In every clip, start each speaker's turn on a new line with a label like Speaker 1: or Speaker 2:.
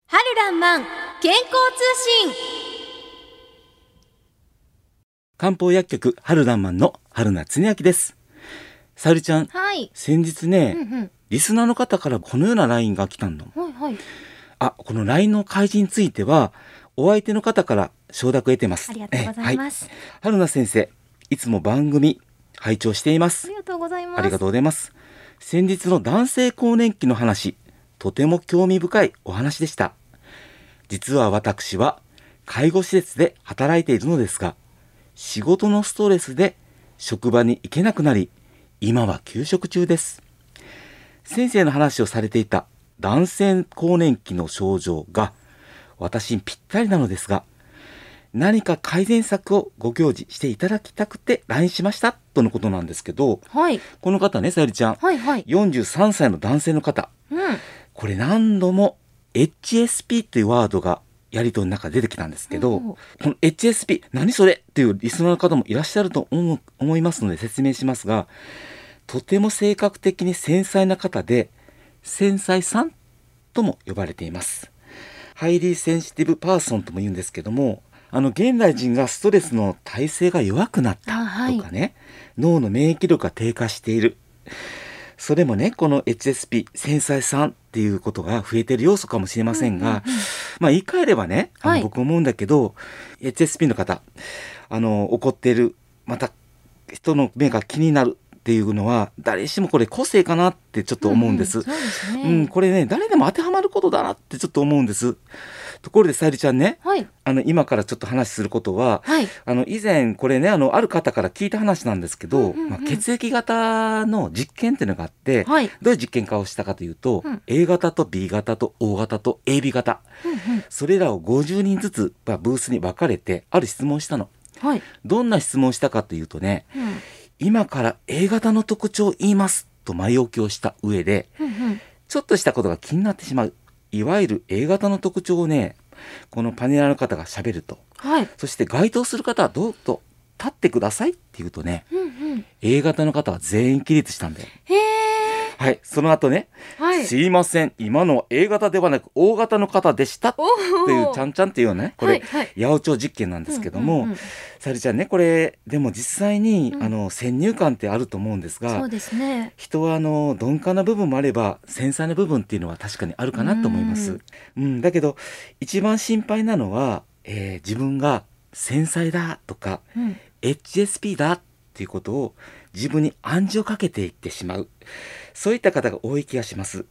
Speaker 1: るらんまん健康通信
Speaker 2: 漢方薬局春ランマンの春名恒明です。さゆりちゃん、
Speaker 1: はい
Speaker 2: 先日ね、
Speaker 1: うん
Speaker 2: リスナーの方からこのような LINE が来たの。
Speaker 1: うんはいはい
Speaker 2: あ、この LINE の開示については、お相手の方から承諾を得てます。
Speaker 1: ありがとうござい
Speaker 2: えは
Speaker 1: ます、
Speaker 2: 春名先生、いつも番組、拝聴しています
Speaker 1: あり。がとうございます
Speaker 2: ありがとうございます。先日の男性更年期の話、とても興味深いお話でした。実は私は介護施設で働いているのですが、仕事のストレスで職場に行けなくなり、今は休職中です。先生の話をされていた男性更年期の症状が私にぴったりなのですが、何か改善策をご教示していただきたくて LINE しましたとのことなんですけど、
Speaker 1: はい
Speaker 2: この方ね、さゆりちゃん。
Speaker 1: はいはい
Speaker 2: 43歳の男性の方。
Speaker 1: うん
Speaker 2: これ何度も HSP というワードがやりとりの中で出てきたんですけど、
Speaker 1: うんうん
Speaker 2: この HSP、何それっていうリスナーの方もいらっしゃると思う思いますので説明しますが、とても性格的に繊細な方で、繊細さんとも呼ばれています。ハイリーセンシティブパーソンとも言うんですけども、あの、現代人がストレスの耐性が弱くなった
Speaker 1: あはい
Speaker 2: とかね、脳の免疫力が低下している。それもね、この HSP、繊細さんっていうことが増えてる要素かもしれませんが、まあ言い換えればね、あの
Speaker 1: はい
Speaker 2: 僕思うんだけど、HSP の方、あの、怒ってる、また人の目が気になるっていうのは、誰しもこれ個性かなってちょっと思うんで
Speaker 1: そ
Speaker 2: す。
Speaker 1: うですね、
Speaker 2: うん、これね、誰でも当てはまることだなってちょっと思うんです。ところで、さゆりちゃんね、
Speaker 1: はい
Speaker 2: あの、今からちょっと話することは、
Speaker 1: はい
Speaker 2: あの、以前、これね、あの、ある方から聞いた話なんですけ
Speaker 1: うん
Speaker 2: ど、
Speaker 1: うんうん
Speaker 2: まあ、血液型の実験っていうのがあって、
Speaker 1: はい
Speaker 2: どういう実験化をしたかというと、
Speaker 1: うん
Speaker 2: A 型と B 型と O 型と AB 型、
Speaker 1: うんうん
Speaker 2: それらを50人ずつ、まあ、ブースに分かれて、ある質問をしたの。
Speaker 1: はい
Speaker 2: どんな質問をしたかというとね、
Speaker 1: うん
Speaker 2: 今から A 型の特徴を言いますと前置きをした上で、
Speaker 1: うんうん
Speaker 2: ちょっとしたことが気になってしまう。いわゆる A 型の特徴をね、このパネラーの方が喋ると。
Speaker 1: はい
Speaker 2: そして該当する方はどうと立ってくださいって言うとね、
Speaker 1: うんうん
Speaker 2: A 型の方は全員起立したんだよ。
Speaker 1: へえ
Speaker 2: はい、その後ね、
Speaker 1: はい
Speaker 2: すいません、今のは A 型ではなく O 型の方でしたと
Speaker 1: おお
Speaker 2: いうちゃんちゃんっていうね、これ、
Speaker 1: はいはい
Speaker 2: 八百長実験なんですけども、
Speaker 1: うんうんうん
Speaker 2: さゆりちゃんね、これ、でも実際に、
Speaker 1: うん
Speaker 2: あの、先入観ってあると思うんです
Speaker 1: そ
Speaker 2: が
Speaker 1: う、ですね
Speaker 2: 人はあの鈍感な部分もあれば繊細な部分っていうのは確かにあるかなと思います。うんだけど一番心配なのは、えー自分が繊細だとか
Speaker 1: うん
Speaker 2: HSP だっていうことを自分に暗示をかけていってしまうそういった方が多い気がします。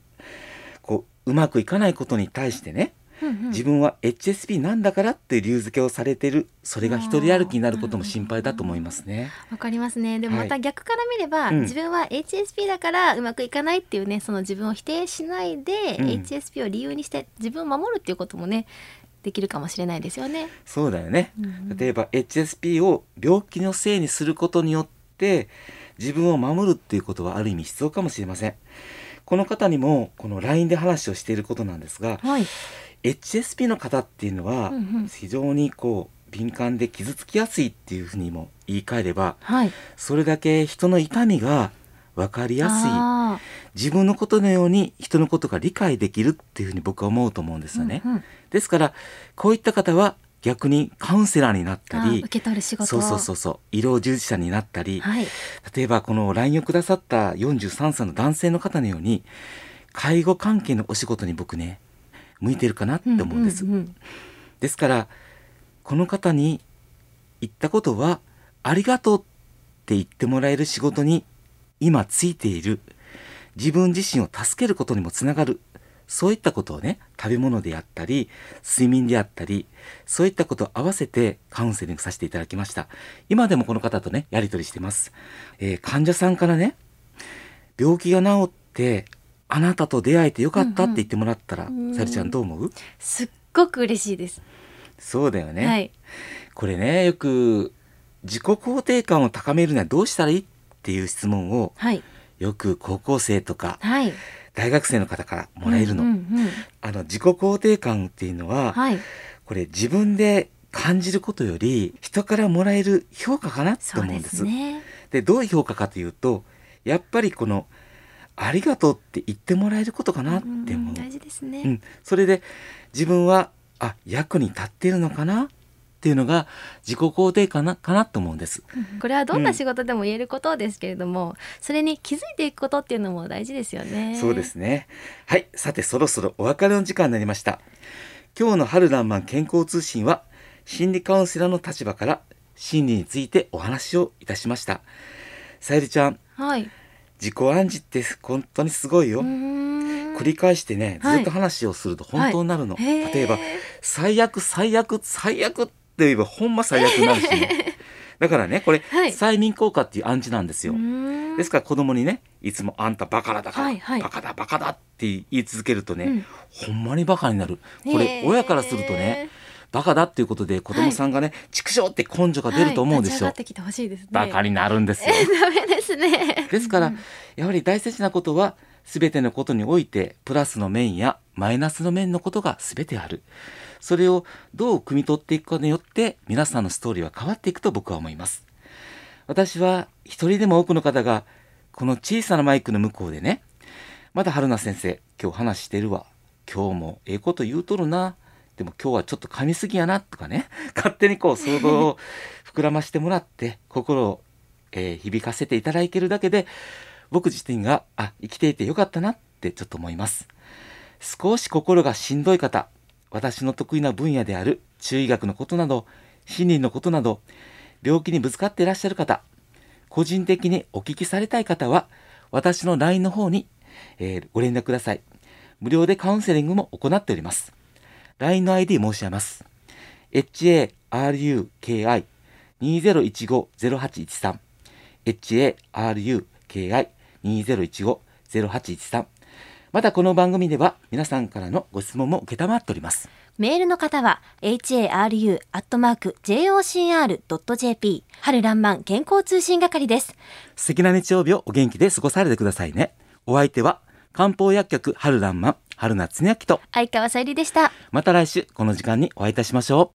Speaker 2: こううまくいかないことに対してね
Speaker 1: うんうん
Speaker 2: 自分は HSP なんだからっていう理由付けをされてるそれが一人歩きになることも心配だと思いますね。
Speaker 1: わかりますねでも
Speaker 2: は
Speaker 1: ま
Speaker 2: い
Speaker 1: た逆から見れば、
Speaker 2: うん
Speaker 1: 自分は HSP だからうまくいかないっていうねその自分を否定しないで、
Speaker 2: うん
Speaker 1: HSP を理由にして自分を守るっていうこともねできるかもしれないですよね。
Speaker 2: そうだよね
Speaker 1: うんうん
Speaker 2: 例えば HSP を病気のせいにすることによって自分を守るっていうことはある意味必要かもしれませんこの方にもこの LINE で話をしていることなんですが
Speaker 1: はい、
Speaker 2: HSP の方っていうのは
Speaker 1: うんうん
Speaker 2: 非常にこう敏感で傷つきやすいっていうふうにも言い換えれば
Speaker 1: はい、
Speaker 2: それだけ人の痛みが分かりやすい
Speaker 1: あ
Speaker 2: 自分のことのように人のことが理解できるっていうふうに僕は思うと思うんです
Speaker 1: ー
Speaker 2: よね、
Speaker 1: うんうん
Speaker 2: ですからこういった方は逆にカウンセラーになった
Speaker 1: あー
Speaker 2: り
Speaker 1: 受け取る仕事
Speaker 2: そうそうそうそう医療従事者になったり、
Speaker 1: はい、
Speaker 2: 例えばこの LINE をくださった43歳の男性の方のように介護関係のお仕事に僕ね向いてるかなって思うんです、
Speaker 1: うんうん
Speaker 2: ですからこの方に言ったことは「ありがとう」って言ってもらえる仕事に今ついている自分自身を助けることにもつながるそういったことをね食べ物であったり睡眠であったりそういったことを合わせてカウンセリングさせていただきました今でもこの方とねやり取りしてます、えー患者さんからね病気が治ってあなたと出会えてよかったって言ってもらったら、
Speaker 1: うんうん
Speaker 2: さゆりちゃんどう思う
Speaker 1: すっごく嬉しいです。
Speaker 2: そうだよね、
Speaker 1: はい、
Speaker 2: これねよく自己肯定感を高めるにはどうしたらいいっていう質問を
Speaker 1: はい、
Speaker 2: よく高校生とか
Speaker 1: はい、
Speaker 2: 大学生の方からもらえるの。
Speaker 1: うんうんうん
Speaker 2: あの自己肯定感っていうのは、
Speaker 1: はい、
Speaker 2: これ自分で感じることより人からもらえる評価かなと
Speaker 1: そう
Speaker 2: 思う
Speaker 1: で
Speaker 2: んです。
Speaker 1: すね。
Speaker 2: でどういう評価かというとやっぱりこのありがとうって言ってもらえることかなっ
Speaker 1: うん
Speaker 2: て思う。
Speaker 1: 大事ですね、
Speaker 2: うん、それで自分はあ役に立っているのかなっていうのが自己肯定感なかなと思うんです。
Speaker 1: これはどんな仕事でも言えることですけれども、それに気づいていくことっていうのも大事ですよね
Speaker 2: そうですね。はい、さてそろそろお別れの時間になりました。今日の春ランマン健康通信は心理カウンセラーの立場から心理についてお話をいたしました。さゆりちゃん、
Speaker 1: はい
Speaker 2: 自己暗示って本当にすごいよ。
Speaker 1: うーん
Speaker 2: 繰り返してね、
Speaker 1: はい
Speaker 2: ずっと話をすると本当になるの。
Speaker 1: へー
Speaker 2: 例えば、最悪、最悪、最悪って言えばほんま最悪になる しね。だからね、これ、
Speaker 1: はい
Speaker 2: 催眠効果っていう暗示なんですよ
Speaker 1: う。ーん
Speaker 2: ですから子供にね、いつもあんたバカだだから、
Speaker 1: はいはい
Speaker 2: バカだバカだって言い続けるとね、
Speaker 1: うん
Speaker 2: ほんまにバカになる。これ
Speaker 1: へー
Speaker 2: 親からするとね、バカだっていうことで子供さんがね、畜生って根性が出ると思うんですよ。
Speaker 1: はい立ち上がってきてほしいですね
Speaker 2: バカになるんですよ。
Speaker 1: ダメですね
Speaker 2: ですから、
Speaker 1: うん
Speaker 2: やはり大切なことは全てのことにおいてプラスの面やマイナスの面のことが全てあるそれをどう汲み取っていくかによって皆さんのストーリーは変わっていくと僕は思います私は一人でも多くの方がこの小さなマイクの向こうでねまだ春菜先生今日話してるわ今日もええこと言うとるなでも今日はちょっと噛みすぎやなとかね勝手にこう想像を膨らましてもらって心を、えー響かせていただけるだけで僕自身があ生きていてよかったなってちょっと思います少し心がしんどい方私の得意な分野である中医学のことなど心理のことなど病気にぶつかっていらっしゃる方個人的にお聞きされたい方は私の LINE の方に、えーご連絡ください無料でカウンセリングも行っております LINE の ID 申し上げます haruki2015-0813 haruki2015-0813またこの番組では皆さんからのご質問も受けたまっております
Speaker 3: メールの方は haru.jocr.jp 春らんまん健康通信係です。
Speaker 2: 素敵な日曜日をお元気で過ごされてくださいねお相手は漢方薬局春らんまん春夏つねと
Speaker 3: 相川さゆりでした。
Speaker 2: また来週この時間にお会いいたしましょう